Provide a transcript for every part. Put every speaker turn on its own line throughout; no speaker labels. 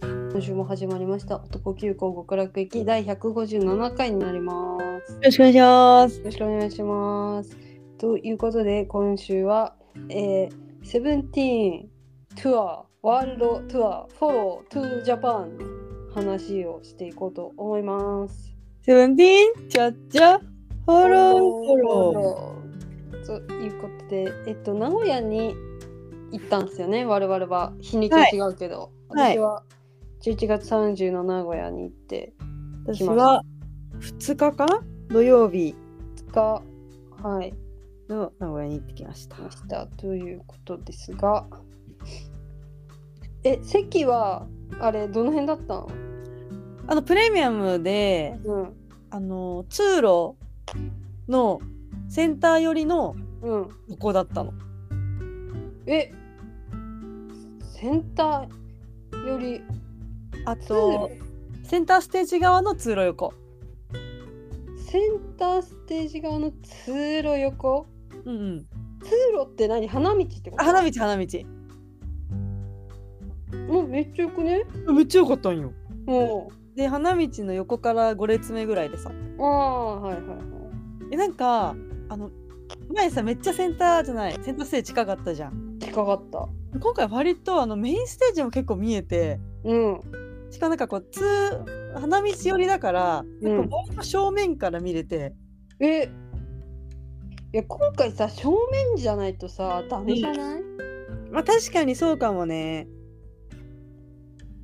今週も始まりました男急行極楽駅第157回になりますよ
ろしくお願いします。
よろしくお願いしますということで今週は、えー、セブンティーンツアーワールドツアーフォロートゥージャパンの話をしていこうと思います
セブンティーンチャッチャフォローフォロ
ーということでえっと名古屋に行ったんですよね我々は日にち違うけど、はい、私は11月30の名古屋に行って
私は2日か土曜日
2日はい
の名古屋に行ってきました
したということですがえ席はあれどの辺だったの
あのプレミアムで、うん、あの通路のセンター寄りのここだったの、うん
えセンターより
あとセンターステージ側の通路横
センターステージ側の通路横
うん、うん、
通路って何花道ってこと
花道花道
もうめっちゃよくね
めっちゃよかったんよ
も
うで花道の横から5列目ぐらいでさ
ああはいはいはい
えなんかあの前さめっちゃセンターじゃないセンターステージ近かったじゃん
近かった
今回割とあのメインステージも結構見えて
うん
しかもなんかこう通花道寄りだから、うん、なんかの正面から見れて
えいや今回さ正面じゃないとさダメじゃない、
うん、まあ確かにそうかもね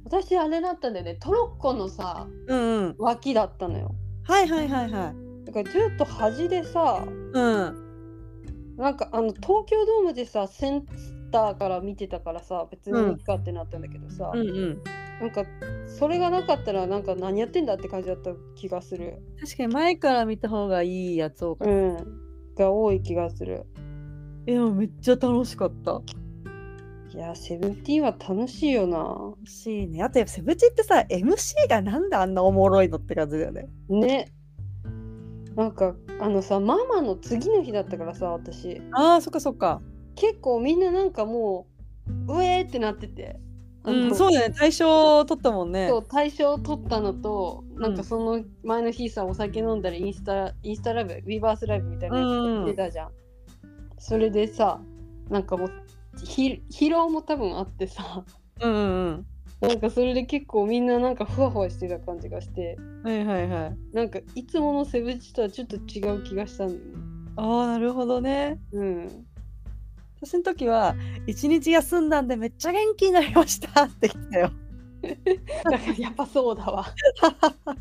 私あれだったんだよねトロッコのさ、
うんうん、
脇だったのよ
はいはいはいはい
だからずっと端でさ、
うん、
なんかあの東京ドームでさセンターから見てたからさ別にいいかってなったんだけどさ、
うんうんうん、
なんかそれがなかったらなんか何やってんだって感じだった気がする
確かに前から見た方がいいやつ多
かった、うん、が多い気がする
えでもめっちゃ楽しかった
いやセブンティーンは楽しいよな
楽しいねあとやっぱセブンティーンってさ MC がなんであんなおもろいのって感じだよね
ねなんかあのさママの次の日だったからさ私
あーそっかそっか
結構みんななんかもううえーってなってて
うん、そうだね大賞取ったもんね
そう大賞取ったのとなんかその前の日さお酒飲んだりインスタインスタライブウィーバースライブみたいなやつ出たじゃん、うんうん、それでさなんかもうひ疲労も多分あってさ
うんうん、
なんかそれで結構みんななんかふわふわしてた感じがして
はいはいはい
なんかいつものセブチとはちょっと違う気がしたんだよね
ああなるほどね
うん
私の時は一日休んだんでめっちゃ元気になりましたって来たよ
だからやっぱそうだわ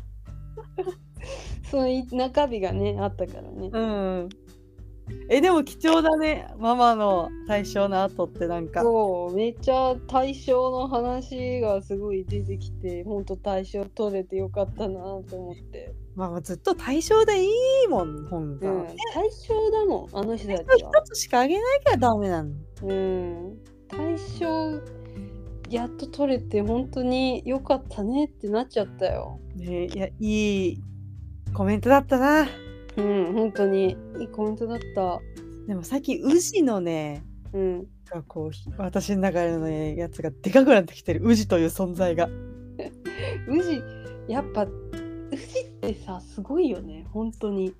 その中日がねあったからね
うん えでも貴重だねママの対象の後ってなんか
そうめっちゃ対象の話がすごい出てきてほんと対象取れてよかったなと思って
まあずっと対象でいいもん本当、うん、
対象だもんあの人たち
は一つしかあげないからダメなの
うん対象やっと取れて本当によかったねってなっちゃったよ、
ね、いやいいコメントだったな
うん、本当にいいコメントだった。
でも最近宇治のね、
うん、
がこう私の中でのやつがでかくなってきてる宇治という存在が。
宇治やっぱ宇治ってさすごいよね本当に。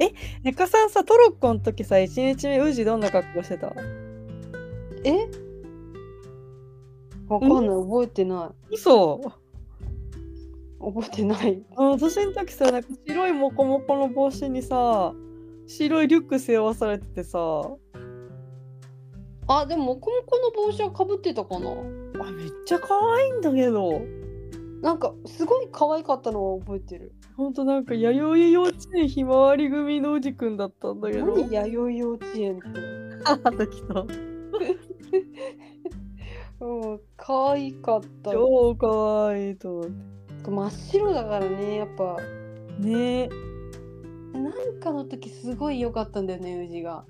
え中さんさトロッコの時さ1日目宇治どんな格好してた。
えわかんない、うん、覚えてない
嘘
覚えてない
あ私の時さなんか白いモコモコの帽子にさ白いリュック背負わされててさ
あでもモコモコの帽子はかぶってたかな
あめっちゃ可愛いんだけど
なんかすごい可愛かったのは覚えてる
ほんとなんか弥生幼稚園ひまわり組のおじくんだったんだけど
何弥生幼稚園って
母と来た
うん、可愛かった
超可愛いと思って
真っ白だからねやっぱ
ね
なんかの時すごい良かったんだよね宇治が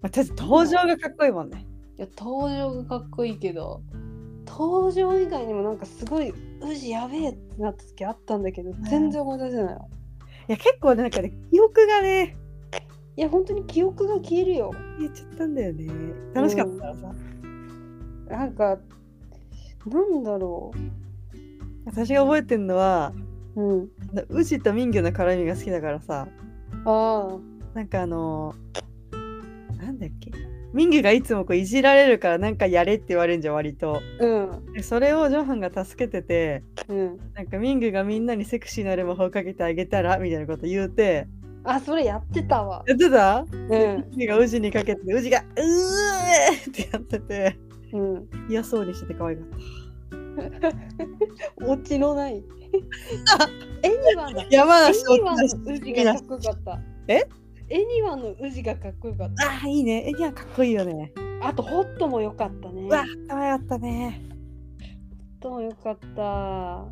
私登場がかっこいいもんね
いや登場がかっこいいけど登場以外にもなんかすごい宇治やべえってなった時あったんだけど、うん、全然思い出せないい
や結構なんかね記憶がね
いや本当に記憶が消えるよ
消えちゃったんだよね楽しかったからさ、
うん、なんかなんだろ
私が覚えてるのは
う。うん。
宇治と民魚の絡みが好きだからさ
あ
なんかあのーなんだっけ民魚がいつもこういじられるからなんかやれって言われるんじゃん割と
あ。うん。
でそれをジョハンが助けてて
うん。
なんかミングがみんなにセクシーなレ魔法をかけてあげたらみたいなこと言うて
あ、それやってたわ。
やってた
うん。
ミングがウジにかけてウジが「うー!」ってやってて
うん。
嫌そうにしてて可愛かった
オチのない。 エニワ だ。エ
山梨
ニワのウジがかっこよかった。
え
エニワのウジがかっこよかった。
ああいいねいやかっこいいよね
あと、ホットも良かったね。
うわ
ホッ
可愛かったね
トも良かった。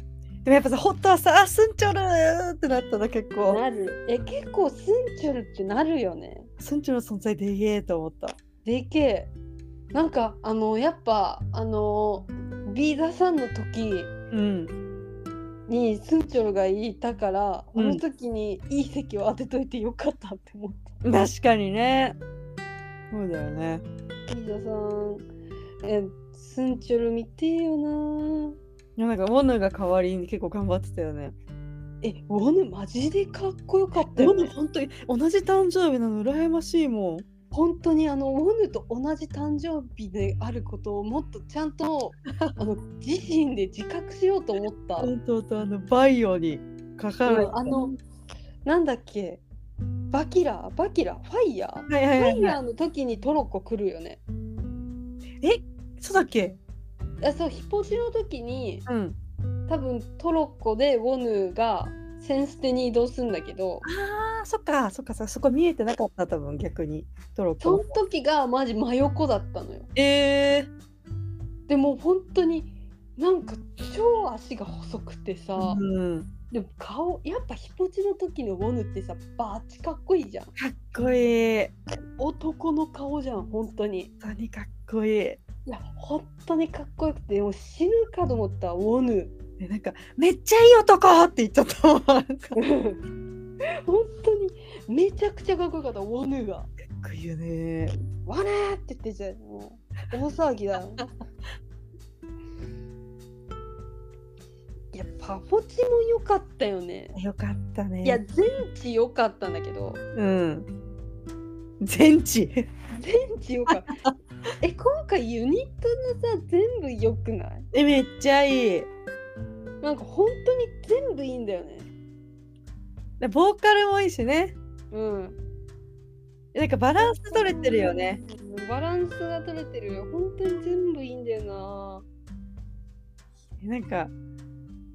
でもやっぱさホットはさ「あスンチョルー!」ってなったの結構
なる。え、結構スンチュルってなるよね。
スンチョルの存在でげえと思った
でけえ。なんか、あの、やっぱ、あの、ビーザさんの時。
うん
にスンチョルがいたから、
うん
あの時にいい席を当てといてよかったって思った。
確かにねそうだよね
ピザさん、え、スンチョル見てえよなー。
いやなんかモヌが代わりに結構頑張ってたよね
え、ウォヌマジでかっこよかった
でも
よ、
ね
ね。
本当に同じ誕生日なの羨ましいもん。
本当にあのウォヌと同じ誕生日であることをもっとちゃんと あの自身で自覚しようと思った。
本当とあのバイオにかかる、
うんあのなんだっけ、バキラ、バキラ、ファイヤー。
はいはい
フ
は
ァ
い、
イ
は
ヤー
い。
の時にトロッコ来るよね。
そうだっけ？
あそう、ヒポジの時に
うん。
多分トロッコでウォヌがセンステに移動するんだけど、
ああそっかそっかそっかそこ見えてなかった多分逆にトロッ
その
コ。
時がマジ真横だったのよ。
ええ
でも本当になんか超足が細くてさ、
うん。
でも顔やっぱヒポチの時のウォヌってさバチかっこいいじゃん
かっこいい。
男の顔じゃん本当に
本当にかっこいい。
いや本当にかっこよくてもう死ぬかと思ったウォ ヌ
でなんかめっちゃいい男って言っちゃったもん。 かっこ
本当にめちゃくちゃかっこよかったウォヌが
いいよね。
「わね!」って言ってじゃんもう大騒ぎ だよいやパポチも良かったよね
よかったね。
いや全治良かったんだけど
うん。全知。
全治良かったえ今回ユニットのさ全部良くない
えめっちゃいい。
なんか本当に全部いいんだよね
でボーカルもいいしね。
うん
なんかバランス取れてるよね。
バランスが取れてるよ本当に全部いいんだよ
なんか、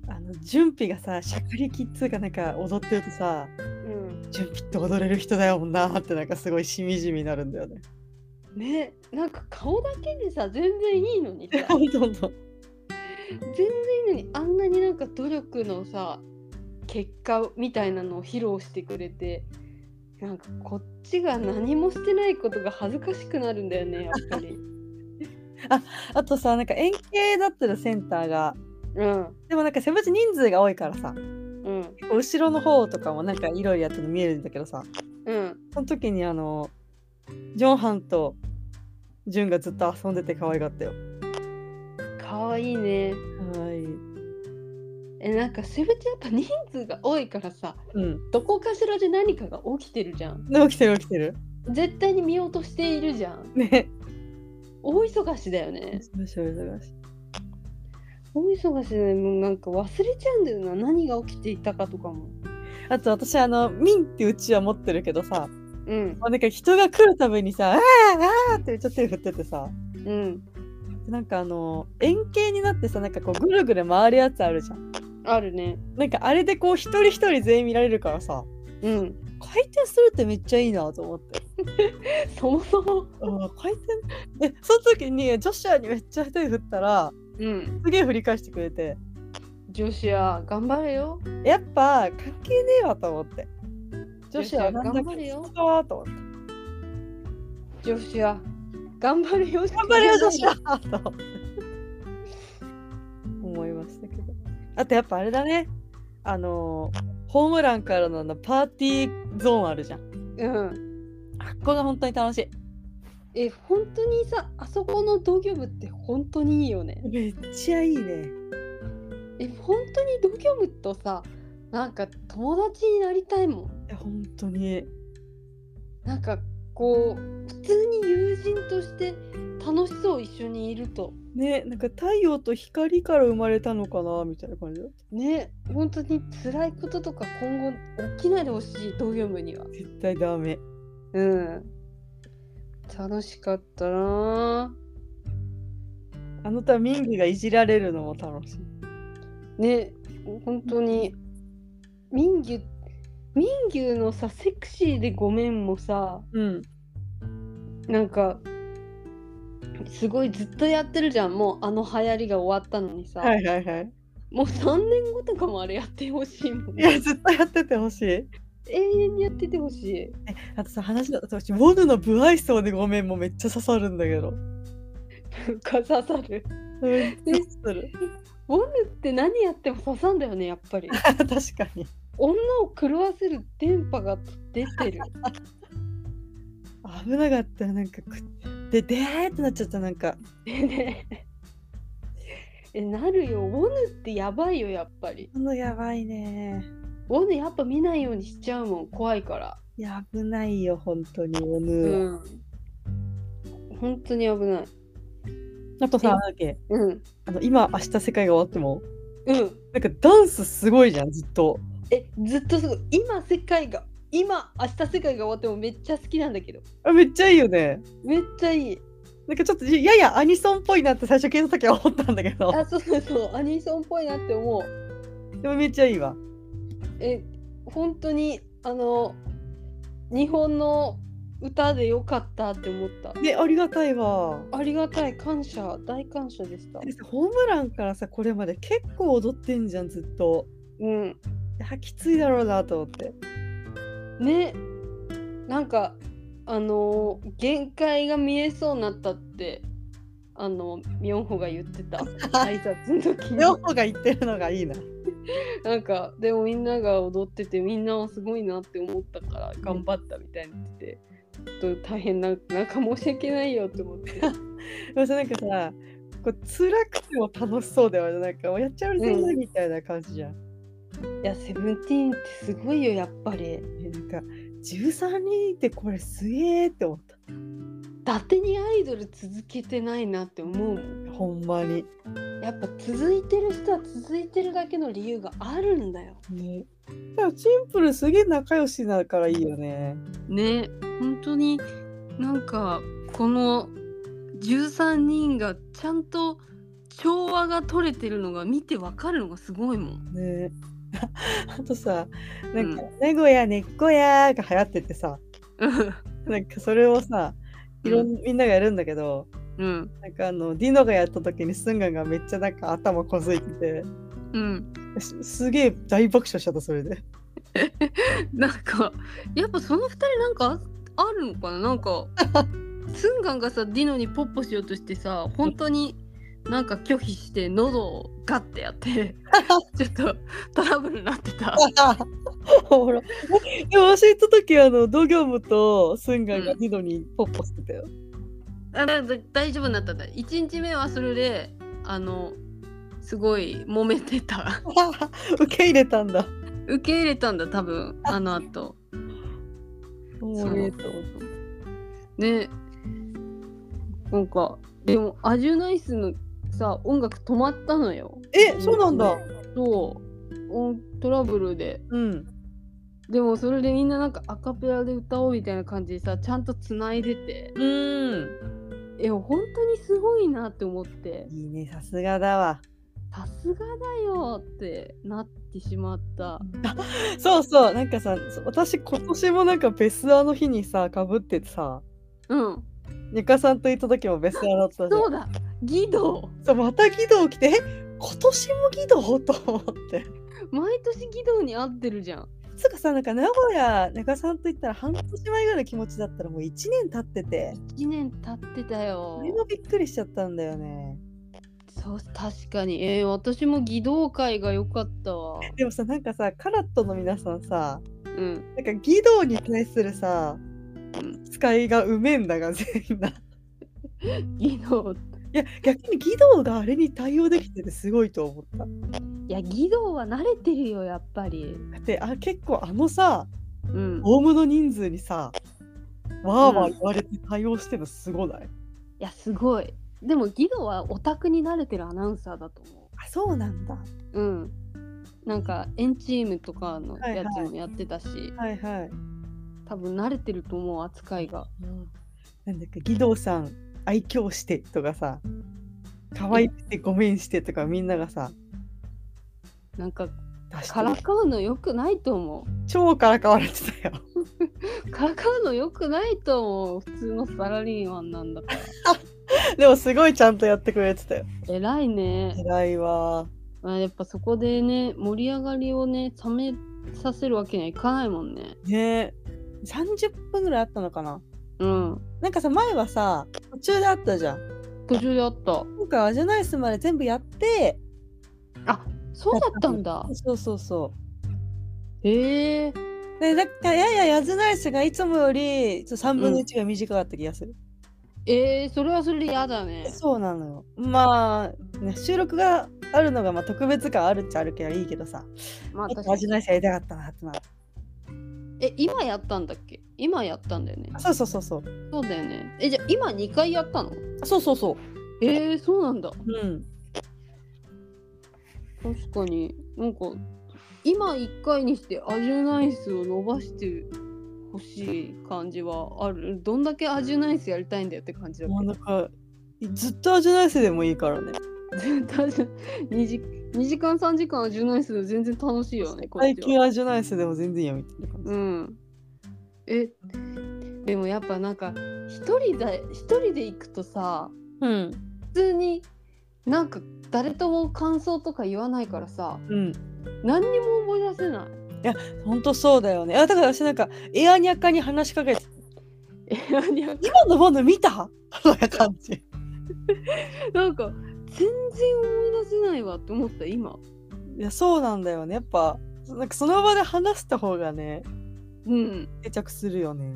あの、準備がさ、しゃくりきっつうかなんか踊ってるとさ、
なうん
準備って踊れる人だよなってなんかすごいしみじみになるんだよね。
ねなんか顔だけでさ全然いいのにさ
ほんとほんと。
全然いいのにあんなになんか努力のさ結果みたいなのを披露してくれてなんかこっちが何もしてないことが恥ずかしくなるんだよねやっぱり
あとさ、なんか円形だったらセンターが。
うん
でもなんかせまち人数が多いからさ、
うん
後ろの方とかもなんかいろいろやってるの見えるんだけどさ、
うん
その時にあの、ジョンハンとジュンがずっと遊んでて可愛かったよ。
かわいいね
はい。
えなんかセブチやっぱ人数が多いからさ
うん。
どこかしらで何かが起きてるじゃん
で起きてる起きてる。
絶対に見落としているじゃん
ね。
大忙しだよね
そうそう忙しい。
大忙しでもうなんか忘れちゃうんだよな何が起きていたかとかも
あと私あのミンってうちは持ってるけど
う
さ
ん
もうなんか人が来るたびにさ「あーあー」ってめっちゃ手振っててさ
うん
なんかあの円形になってさなんかこうぐるぐる回るやつあるじゃん
あるね
なんかあれでこう一人一人全員見られるからさ
うん
回転するってめっちゃいいなと思って
そもそも
あー回転えその時にジョシュアにめっちゃ手振ったら
うん
すげえ振り返してくれて
女子は頑張れよ
やっぱ関係ねえわと思ってジョシュアなんだ
ジョシュア頑張れよ
かわと思って
女子は頑張れよ
頑張れよ女子だと思いましたけどあとやっぱあれだねあのーホームランからのあのパーティーゾーンあるじゃん
うん
あっこが本当に楽しい
え本当にさあそこの同居部って本当にいいよね
めっちゃいいね
え本当に同居部とさなんか友達になりたいもん
いや本当に
なんかこう普通に友人として楽しそう一緒にいると
ねなんか太陽と光から生まれたのかなみたいな感じだった
ね本当に辛いこととか今後起きないでほしい同業務には
絶対ダメ
うん楽しかったな
あのた民義がいじられるのも楽し
いね本当に民義民牛のさセクシーでごめんもさ、
うん、
なんかすごいずっとやってるじゃんもうあの流行りが終わったのにさ、
はいはいはい、
もう3年後とかもあれやってほしいもん、
ね、い やずっとやっててほしい
永遠にやっててほしい
あとさ話だと私ウォルの不愛想でごめんもめっちゃ刺さるんだけど
刺さる
めっちゃ刺さる
ウォルって何やっても刺さんだよねやっぱ り
確かに
女を狂わせる電波が出てる
危なかったなんかででーってなっちゃったなんか
えなるよウォヌってやばいよやっぱり
ウォヌやばいね
ウォヌやっぱ見ないようにしちゃうもん怖いから
いや危ないよ本当にウォヌは、
うん、本当に危ない
あとさだけ、
うん、
あの今明日世界が終わっても
うん
なんかダンスすごいじゃんずっと
えずっとすごい今世界が今明日世界が終わってもめっちゃ好きなんだけど
あめっちゃいいよね
めっちゃいい
なんかちょっとややアニソンっぽいなって最初検索は思ったんだけど
あそうそうそうアニソンっぽいなって思う
でもめっちゃいいわ
え本当にあの日本の歌でよかったって思った
ねありがたいわ
ありがたい感謝大感謝でした
ホームランからさこれまで結構踊ってんじゃんずっと
うん
やきついだろうなと思 って
ねなんかあのー、限界が見えそうになったってあのミョンホが言ってた 挨拶の時に
ミョンホが言ってるのがいいな
なんかでもみんなが踊っててみんなはすごいなって思ったから頑張ったみたいに言ってて、ちょっと大変ななんか申し訳ないよって思って
でもさなんかさこう辛くても楽しそうだよねなんかやっちゃうぜ、うん、みたいな感じじゃん
いや、セブンティーンってすごいよ、やっぱり。。
なんか、13人ってこれすげえって思った
伊達にアイドル続けてないなって思うもん。
ほんまに。
やっぱ続いてる人は続いてるだけの理由があるんだよ。
ね。だからシンプルすげえ仲良しだからいいよね。
ね、本当になんかこの13人がちゃんと調和が取れてるのが見てわかるのがすごいもん。
ね あとさなんか、うん、名古屋根っこや」が流行っててさなんかそれをさいろん、みんながやるんだけど、
うん、
なんかあのディノがやった時にスンガンがめっちゃなんか頭こづいてて、
うん、
すげえ大爆笑しちゃったそれ で
なんかやっぱその2人なんかあるのかななんかスンガンがさディノにポッポしようとしてさ本当に。なんか拒否して喉をガッてやってちょっとトラブルになってた。
ほらでも私行った時あの同業務とスンガンが二度にポッポしてたよ。
うん、あだ大丈夫になったんだ。1日目はそれであのすごい揉めて た。
受け入れたんだ。
受け入れたんだ多分あの後。
そうね
なんかでもアジュナイスのさ音楽止まったのよ
えそうなんだ
そうトラブルで
うん
でもそれでみんななんかアカペラで歌おうみたいな感じでさちゃんとつないでて
うん
え本当にすごいなって思って
いいねさすがだわ
さすがだよってなってしまった
そうそうなんかさ私今年もなんかベスアの日にさかぶっててさ
うん
ゆかさんと行った時もベストアロ
ッそうだ、ギド
そう、またギド来て、今年もギドと思って。
毎年ギドに会ってるじゃん。
つかさ、なんか名古屋、中さんと言ったら半年前ぐらいの気持ちだったらもう1年経ってて。
1年経ってたよ。
俺もびっくりしちゃったんだよね。
そう確かにえー、私も義道会が良かったわ
でもさなんかさカラットの皆さんさ、
うん、
なんか義道に対するさ
うん
使いがうめえんだが全員な。い
技能
や逆に義堂があれに対応できててすごいと思った。
いや技能は慣れてるよやっぱり
だってあ結構あのさ
うん
オウムの人数にさわーわー言われて対応してるのすごない、
いやすごいでも義堂はオタクに慣れてるアナウンサーだと思
あそうなんだ。
ううんなんかエンチームとかの
はいはい
やつもやってたし、
はいはい。
多分慣れてると思う扱いが
なんだっけ義堂さん愛嬌してとかさ可愛くてごめんしてとかみんながさ
なんか
出して
からかうの良くないと思
超からかわれてたよ。
うからかうの良くないと思う普通のサラリーマンなんだから
でもすごいちゃんとやってくれてたよ。
偉いね
偉いわ
まあ、やっぱそこでね盛り上がりをね冷めさせるわけにはいかないもんね
ー。ねえ30分ぐらいあったのかな
うん
なんかさ前はさ途中であったじゃん。
途中であった
今回はジャナイスまで全部やって
あそうだったんだ
そうそうそ
へえ
うでだからやややズナイスがいつもよりちょっと3分の1が短かった気がする、
えー、それはそれで嫌だね
そうなのよまあ、ね、収録があるのがまあ特別感あるっちゃあるけどいいけどさ
まあ
もっ
確
と
か
アジ
に
ナイスやりたかったなってなった
え今やったんだっけ今やったんだよね
そうそうそうそう
そうだよねえじゃあ今2回やったの
そうそうそ
えー、そうなんだ
ううん
確かになんか今1回にしてアジュナイスを伸ばしてほしい感じはあるどんだけアジュナイスやりたいんだよって感じだけど
もうなんかずっとアジナイスでもいいからね
絶対じゃ2時2時間3時間は柔軟室で全然楽しいよねこっ
最
ちは
近アジナイスでも全然いいよみたいな感じ、
うんえでもやっぱなんか一人で一人で行くとさ
うん
普通になんか誰とも感想とか言わないからさ
うん
何にも思い出せない
ほんとそうだよねあだから私なんかエアニャカに話しかけて
え 何や
今のボンド見た そんな感じ
なんか全然思い出せないわって思った今
いやそうなんだよねやっぱなんかその場で話した方がね
うん
定着するよね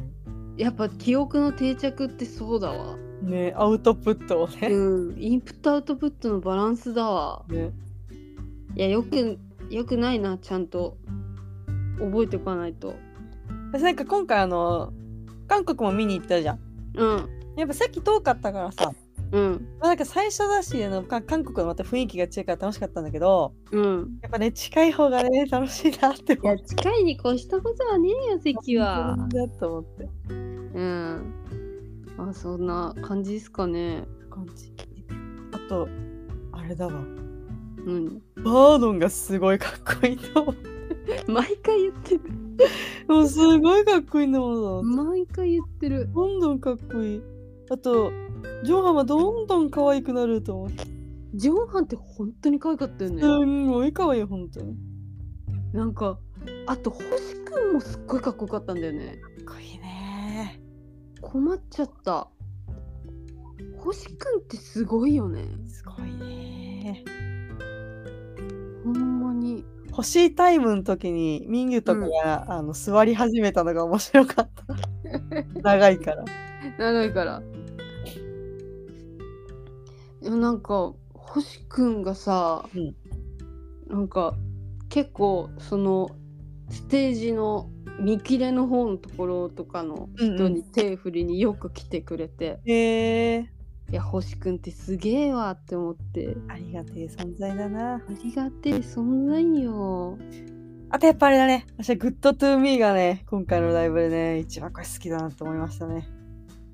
やっぱ記憶の定着ってそうだわ
ねアウトプットをね,、
うんインプットアウトプットのバランスだわ
ね
いやよくよくないなちゃんと覚えておかないと
私なんか今回あの韓国も見に行ったじゃん
うん
やっぱ席遠かったからさ、ま
うん
あ、なんか最初だしあのか韓国のまた雰囲気が違うから楽しかったんだけど
うん
やっぱね近い方がね楽しいなって
い
思っ
や近いに越したことはねえよ関は
ただと思って
うんあそんな感じですかね
感じあとあれだわ
うん
バードンがすごいかっこいいの
毎回言ってる
もうすごいかっこいいんだもん
毎回言ってる
どんどんかっこいいあとジョンハンはどんどん可愛くなると思って
ジョンハンって本当に可愛かったよね
すんごい可愛い本当に
なんかあと星くんもすっごいかっこよかったんだよね
かっこいいね
困っちゃった星くんってすごいよね
すごいね
ほんまに
星タイムの時にミンギュとかが、あの座り始めたのが面白かった 長いから
長いからいやなんか星くんがさ、
うん
なんか結構そのステージの見切れの方のところとかの人に手振りによく来てくれて、
へえ
いや星くんってすげえわって思って
ありがてえ存在だな
ありがてえ存在よ
あとやっぱあれだね私はグッドトゥーミーがね今回のライブでね一番これ好きだなと思いましたね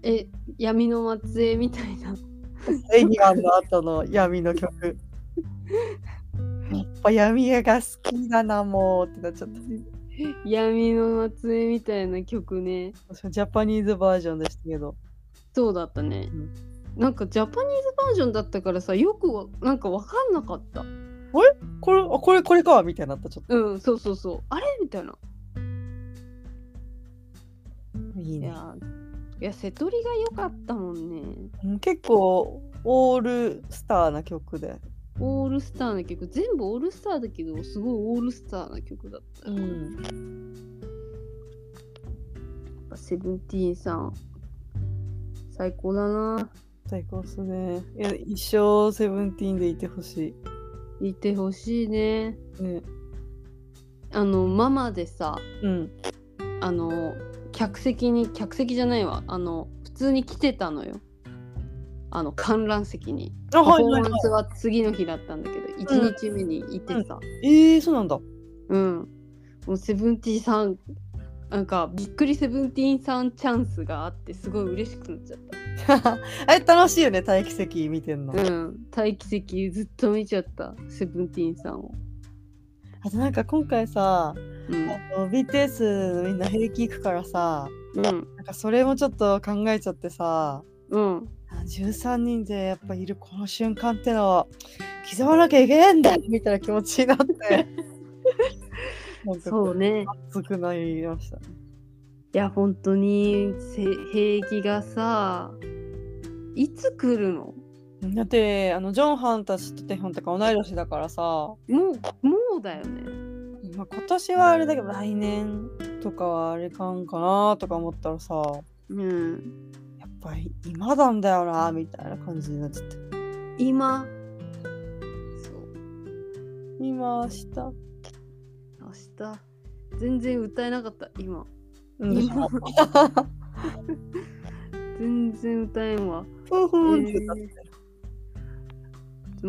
え闇の末裔みたいな
レニガンの後の闇の曲。やっぱ闇が好きだなもうってなっちゃった。
闇の末裔みたいな曲ね
私はジャパニーズバージョンでしたけど。
そうだったね、
うん
なんかジャパニーズバージョンだったからさよくわなんか分かんなかった
これ、あ、これ、これかみたいになった、ちょっ
うんそうそうそうあれみたいな
と。いい
い
ね。
やいや瀬戸りが良かったもんね
うん結構、オールスターな曲で。
オールスターな曲全部オールスターだけどすごいオールスターな曲だった、やっ
ん。
ぱセブンティーンさん最高だな
最高っすね。いや、一生セブンティーンでいてほし
いてほしいね
い。ね。
あのママでさ
うん。
あの客席に客席じゃないわあの普通に来てたのよあの観覧席にパ
あ、はい
フォ
は
ーマ
いは
ンスは次の日だったんだけど、1日目にいてさ
い。えー、そうなんだ。
うん、もうセブンティーンさんなんかびっくりセブンティーンさんチャンスがあってすごい嬉しくなっちゃっ
あれ楽しいよね、待機席見てんの。
たうん待機席ずっと見ちゃったセブンティーンさんを
あとなんか今回さ、
うん
あの BTS のみんな平気行くからさ、
うん
なんかそれもちょっと考えちゃってさ、
うん
あ13人でやっぱいるこの瞬間ってのは刻まなきゃいけないんだみたいな気持ちに なって。なんか
そうね
熱くなりましたね。
いや本当にせ兵役がさいつ来るの
だってあのジョンハンたちとテホンとか同い年だからさ、ま
もうもうだよね
あ、今年はあれだけど来年とかはあれかんかなとか思ったらさ
うん
やっぱり今なんだよなみたいな感じになっちゃって
今
今明日、
明日全然歌えなかった今
うん、
今 全然歌えんわ
ふんふんって歌ってる、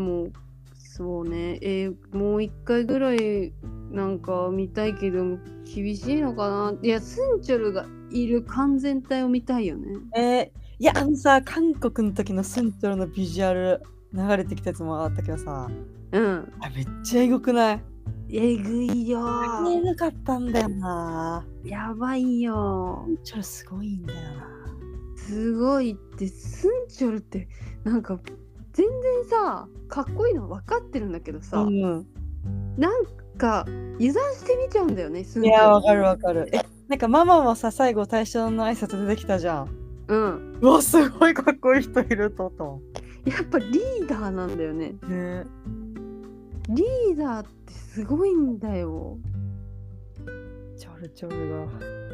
もうそうねえーもう一回ぐらいなんか見たいけど厳しいのかないやスンチョルがいる完全体を見たいよね
えーいやあのさ韓国の時のスンチョルのビジュアル流れてきたやつもあったけどさ
うん
あめっちゃエゴくない
えぐいよ
エグかったんだよな
やばいよ
スンチョルすごいんだよな
すごいってスンチョルってなんか全然さかっこいいの分かってるんだけどさ、
うん
なんか油断してみちゃうんだよねスン
い
チョル
やわかるわかる。えなんかママもさ最後対象の挨拶出てきたじゃん。
うん
うわすごいかっこいい人いると思っ
やっぱリーダーなんだよね
たもん。ね
リーダーってすごいんだよ
ちょるちょるが。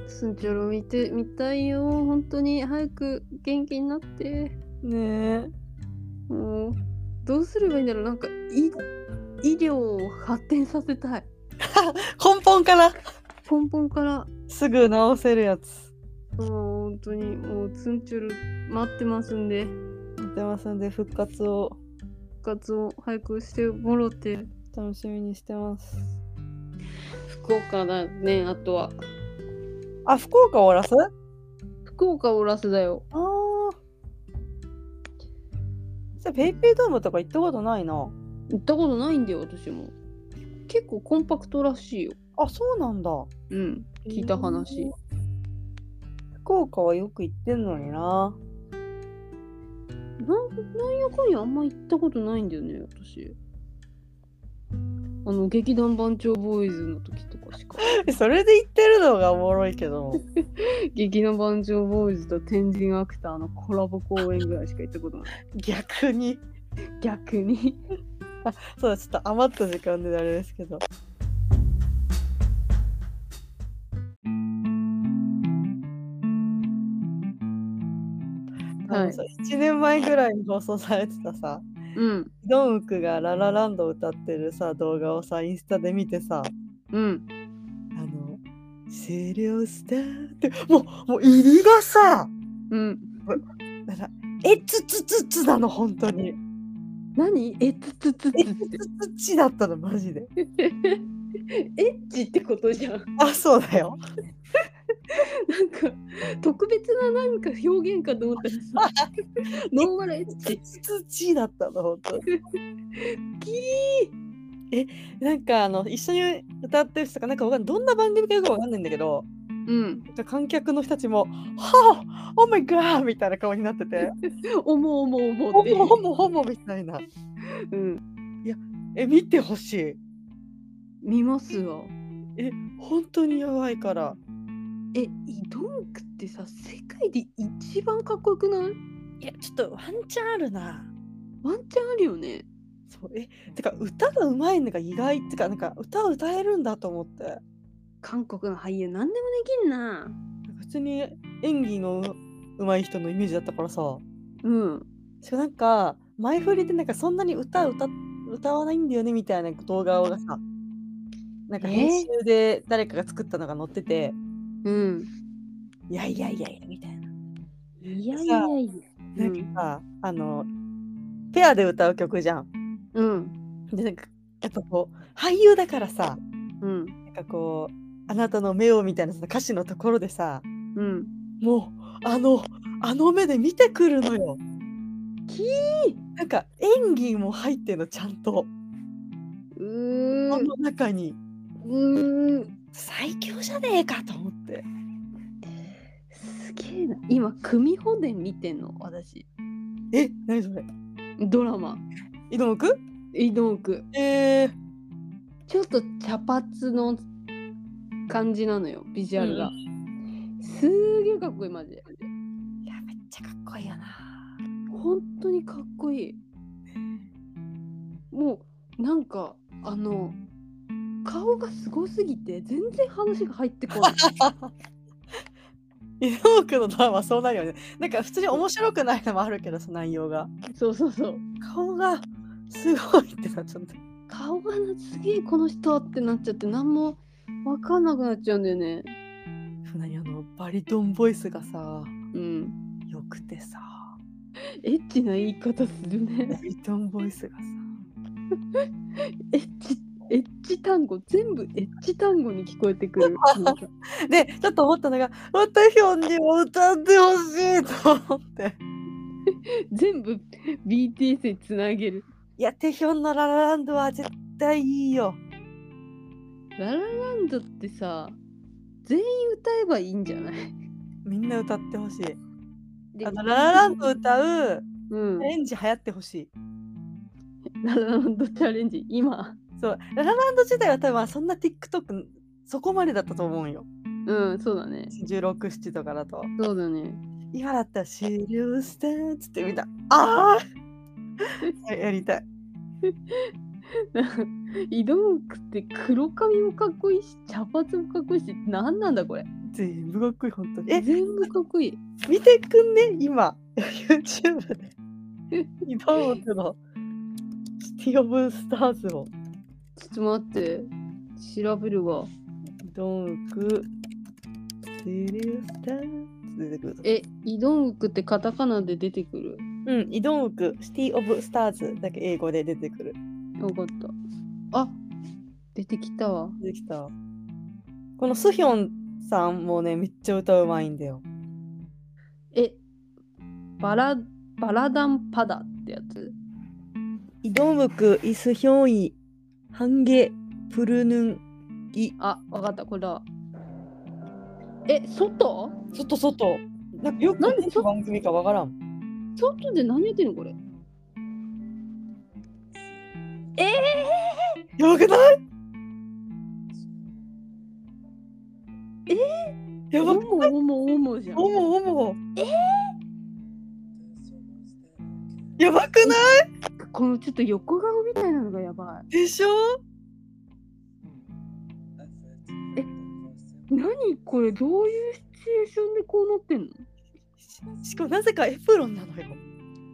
スンチョル見て見たいよ本当に早く元気になって
ねえ。
もうどうすればいいんだろうなんか医医療を発展させたい
根本から
根本から
すぐ直せるやつ。
そう本当にもうツンチュル待ってますんで
見てますんで復活を
復活を早くしてもろて
楽しみにしてます。
福岡だねあとは
あ福岡終わらす？
福岡オラスだよ
ああ。じゃあペイペイドームとか行ったことないな。
行ったことないんだよ私も結構コンパクトらしいよ
あそうなんだ。
うん聞いた話、
うん福岡はよく行ってんのにな。
なんなんやかんやあんま行ったことないんだよね私あの劇団番長ボーイズの時とかし か
それで行ってるのがおもろいけど。
劇団番長ボーイズと天神アクターのコラボ公演ぐらいしか行ったことない
逆に
逆に
そうだちょっと余った時間であれですけど
はい
あのさ1年前ぐらいに放送されてたさ
うん
ドンウクが「ララランド」歌ってるさ動画をさインスタで見てさ
うん
あの「終了した」ってもうもう入りがさ
うん。
なんかえつつつつなの本当に
何えつつつつっ
えつつつちだったのマジで
て。エッチってことじゃん。なん
あそうだよ
か特別ななんか表現かと思ったら さ。ノンアルエッチ。
土だったの本当に。えなんかあの一緒に歌ってる人とかなんかわかんないどんな番組かよくわかんないんだけど
うん。
なんか観客の人たちも「はあオーマイガー!」みたいな顔になってて
おもおもお
「
も
ほ
って。
ぼほぼほぼ」みたいな
うん。
え見てほしい
見ますわ。
え本当にやばいから
え、いドンクってさ、世界で一番かっこよくない
いやちょっとワンチャンあるな
ワンチャンあるよね。
そうえてか歌がうまいのが意外ってかなんか歌を歌えるんだと思って
韓国の俳優、なんでもできんな。
なんか普通に演技のう上手い人のイメージだったからさ
うん。
しかもなんか前振りってなんかそんなに歌歌歌わないんだよねみたいな動画がさなんか
えー
編集で誰かが作ったのが載ってて、
うん。
いやいやいやいやみたいな。
いや
いや
いや。
なんかさ、あのペアで歌う曲じゃん。
うん。
でなんかやっぱこう俳優だからさ
うん。
なんかこう「あなたの目を」みたいなその歌詞のところでさ
うん。
もうあのあの目で見てくるのよ。
き
なんか演技も入ってんのちゃんと、
うー
こ
ん。
の中に
うーん。
最強じゃねえかと思って
すげえな。今、組保伝見てんの、私。
え何それ
ドラマ。
井戸く
移動区。
えー、
ちょっと茶髪の感じなのよ、ビジュアルが。
う
すーげえかっこいい、マジで。
いやめっちゃかっこいいよな
本当にかっこいい。もう、なんか、あの、顔がすごすぎて、全然話が入ってこない。
井戸くのドラマそうなるよねなんか普通に面白くないのもあるけどその内容が
そうそうそう。
顔がすごいってなっちゃった
顔がなすげえこの人ってなっちゃって何も分かんなくなっちゃうんだよね。
何あのバリトンボイスがさ
うん。
よくてさ
エッチな言い方する
バ
ね。
リトンボイスがさ
エッチ、エッチ単語、全部エッチ単語に聞こえてくる。
でちょっと思ったのがまたひょんにも歌ってほしいと思って
全部 BTS につなげる。
いやテヒョンのララランドは絶対いいよ
ララランドってさ、全員歌えばいいんじゃない
みんな歌ってほしい
で
あのララランド歌う
うん
ア。レンジ流行ってほしい
ララランドチャレンジ、今。
そうララランド自体は多分そんな TikTok そこまでだったと思うんよ
うん、そうだね。
167とかだと
そうだね。
今だったら「シリウスター」っつってみたいあ あやりたい
移動服って黒髪もかっこいいし、茶髪もかっこいいし、何なんだこれ。
全部かっこいい本当にえ
全部かっこいい。
見てくんね今 YouTube で移動物のシティ・オブ・スターズを
ちょっと待って。調べるわ。
移動物シリウスターズ出てくるぞ
え、移動服ってカタカナで出てくる。
うん移動物シティ・オブ・スターズだけ英語で出てくる
よかった。あ出てきたわ。
出てきたこのスヒョンさんもねめっちゃ歌うまいんだよ
え、バラ、バラダンパダってやつ。
イドムクイスヒョンイハンゲプルヌンギ
あ、わかった、これだわ。え、外
外外なんかよく
なんで
何の番組かわからん
外で何やってんのこれ。
やばくないえやば
お
く
もおもおもじゃん。
おもおもえやばくない
このちょっと横顔みたいなのがやば
でしょ
えい。何これ、どういうシチュエーションでこうなってんの
ししかもなぜかエプロンなのよ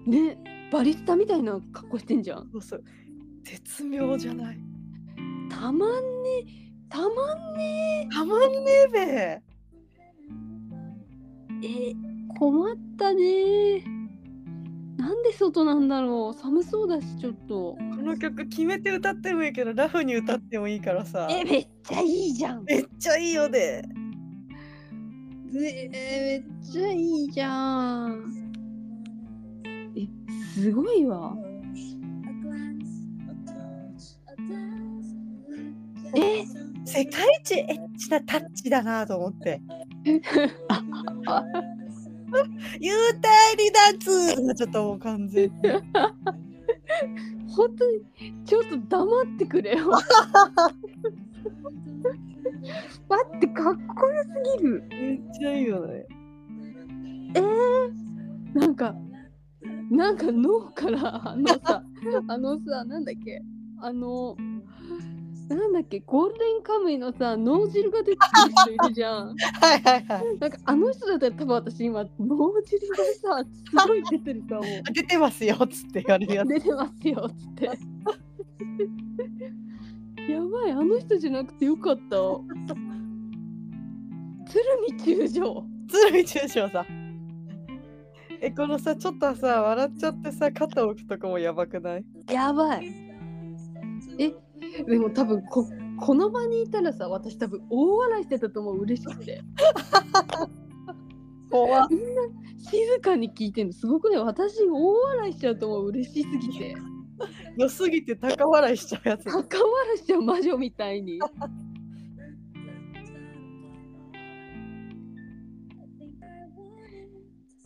ねバリスタみたいな格好してんじゃん
そうそう絶妙じゃない
たまんねえたまんね
たまんねえべ
ええ困ったねえなんで外なんだろう寒そうだしちょっと
この曲決めて歌ってもいいけどラフに歌ってもいいからさ
えめっちゃいいじゃんえ
めっちゃいいよね
めっちゃいいじゃんえすごいわえ
世界一エッチなタッチだなと思って 幽体離脱がちょっともう完全に
本当にちょっと黙ってくれよ待ってかっこよすぎる
めっちゃいいよね
えー、なんかなんか脳からあのさあのさなんだっけあのなんだっけゴールデンカムイのさ脳汁が出てくる人いるじゃん
はいはいはい。
なんかあの人だったら多分私今脳汁がさすごい出てると思う
出てますよっつって言われるやつ。
出てますよっつってやばいあの人じゃなくてよかった鶴見中将
鶴見中将さん。え、このさ、ちょっとさ、笑っちゃってさ、肩置くとこもやばくない
やばいえでも多分ここの場にいたらさ私多分大笑いしてたと思う嬉しくて
怖っ
静かに聞いてるのすごくね私大笑いしちゃうと思う嬉しすぎて
良すぎて高笑いしちゃうやつ。
高笑いしちゃう魔女みたいに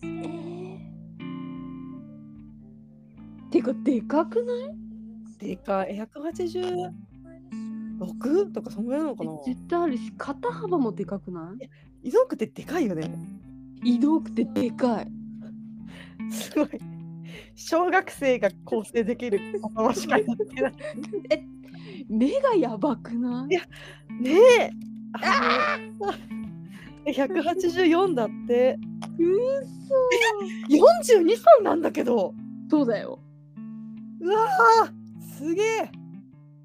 えーてかでかくない
でかい。え186? とかそんぐらいなのかな
絶対あるし肩幅もでかくな
移動区ってでかいよね。
い移動くてでかい
すごい。小学生が構成できる言葉しか言ってない。
目がやばくない
いやねえあのえ !184 だって。
うっそ
42歳なんだけど
そうだよ
うわーすげ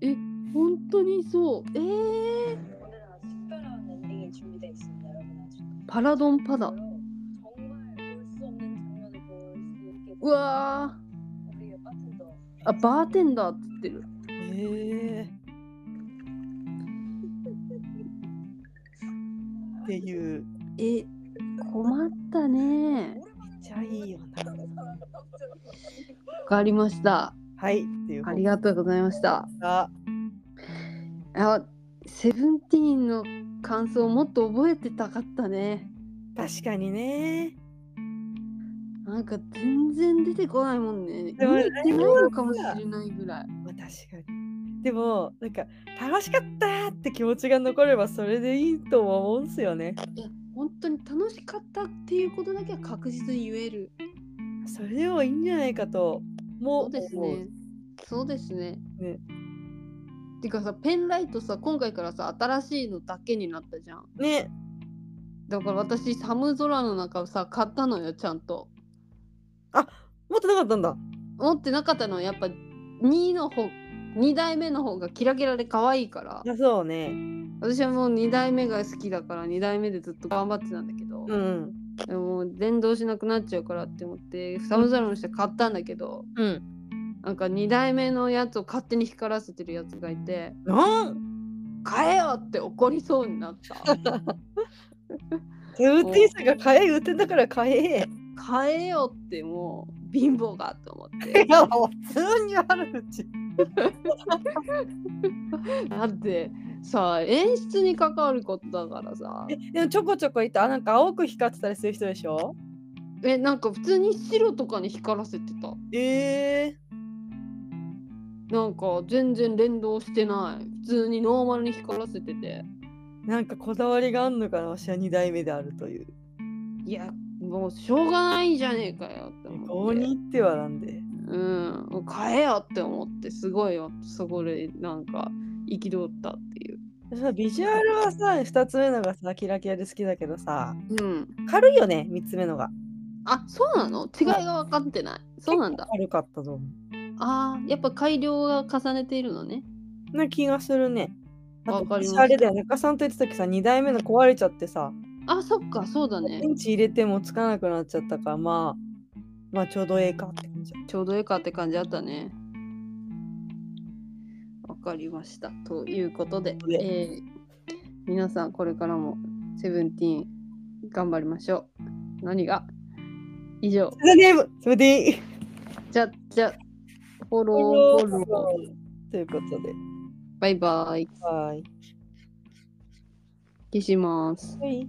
え
本当にそうえー、パラドンパだうわーあバーテンダーっつってる
えっていう
え困ったね
めっちゃいいよな
わかりました
はいっていう
ありがとうございました
が
あセブンティーンの感想もっと覚えてたかったね
確かにね
なんか全然出てこないもんね。
でも
見えてないのかもしれないぐらい。
まあ確かにでもなんか楽しかったって気持ちが残ればそれでいいとは思うんすよね
いや本当に楽しかったっていうことだけは確実に言える。
それでもいいんじゃないかとも
そうですね。そうですね。
ね
てかさペンライトさ今回からさ新しいのだけになったじゃん。
ね
だから私寒空の中をさ買ったのよちゃんと。
持ってなかったんだ
持ってなかったのはやっぱ2の方2代目の方がキラキラで可愛いから
あそうね
私はもう2代目が好きだから2代目でずっと頑張ってたんだけど。
うん
でももう連動しなくなっちゃうからって思って寒空の下買ったんだけど、
うん
なんか2代目のやつを勝手に光らせてるやつがいて
なん
「買えよ!」って怒りそうになった
セブンティーンさんが買え売ってんだから買え
「買えよ!」ってもう貧乏がと思っ
いやもう普通にあるうち
てだってさ演出に関わることだからさ
えでもちょこちょこいたあなんか青く光ってたりする人でしょ
えなんか普通に白とかに光らせてた
ええ
なんか全然連動してない普通にノーマルに光らせてて
なんかこだわりがあんのかなわしは2代目であるという
いやもうしょうがないじゃねえかよって思って
棒に行ってはなんで
うん、もう買えよって思ってすごいよそこでなんか憤ったっていう。
さビジュアルはさ2つ目のがさキラキラで好きだけどさ
うん、
軽いよね3つ目のが
あそうなの違いが分かってない。そうなんだ。
軽かったと思
あーやっぱ改良が重ねているのね。
うな気がするねあ
わ
と
かりま
私
した
あれだよ中さんと言ってた時さ2代目の壊れちゃってさ
あそっかそうだね
電。池入れてもつかなくなっちゃったからまあまあちょうどええかって感じ
ちょうどよかって感じだったね。わかりました。ということで、
ね
えー皆さんこれからもセブンティーン頑張りましょう。何が以上。
それでそれでいい
じゃじゃフォローフォロー。
ということで
バイバイ。
はい
消します。
はい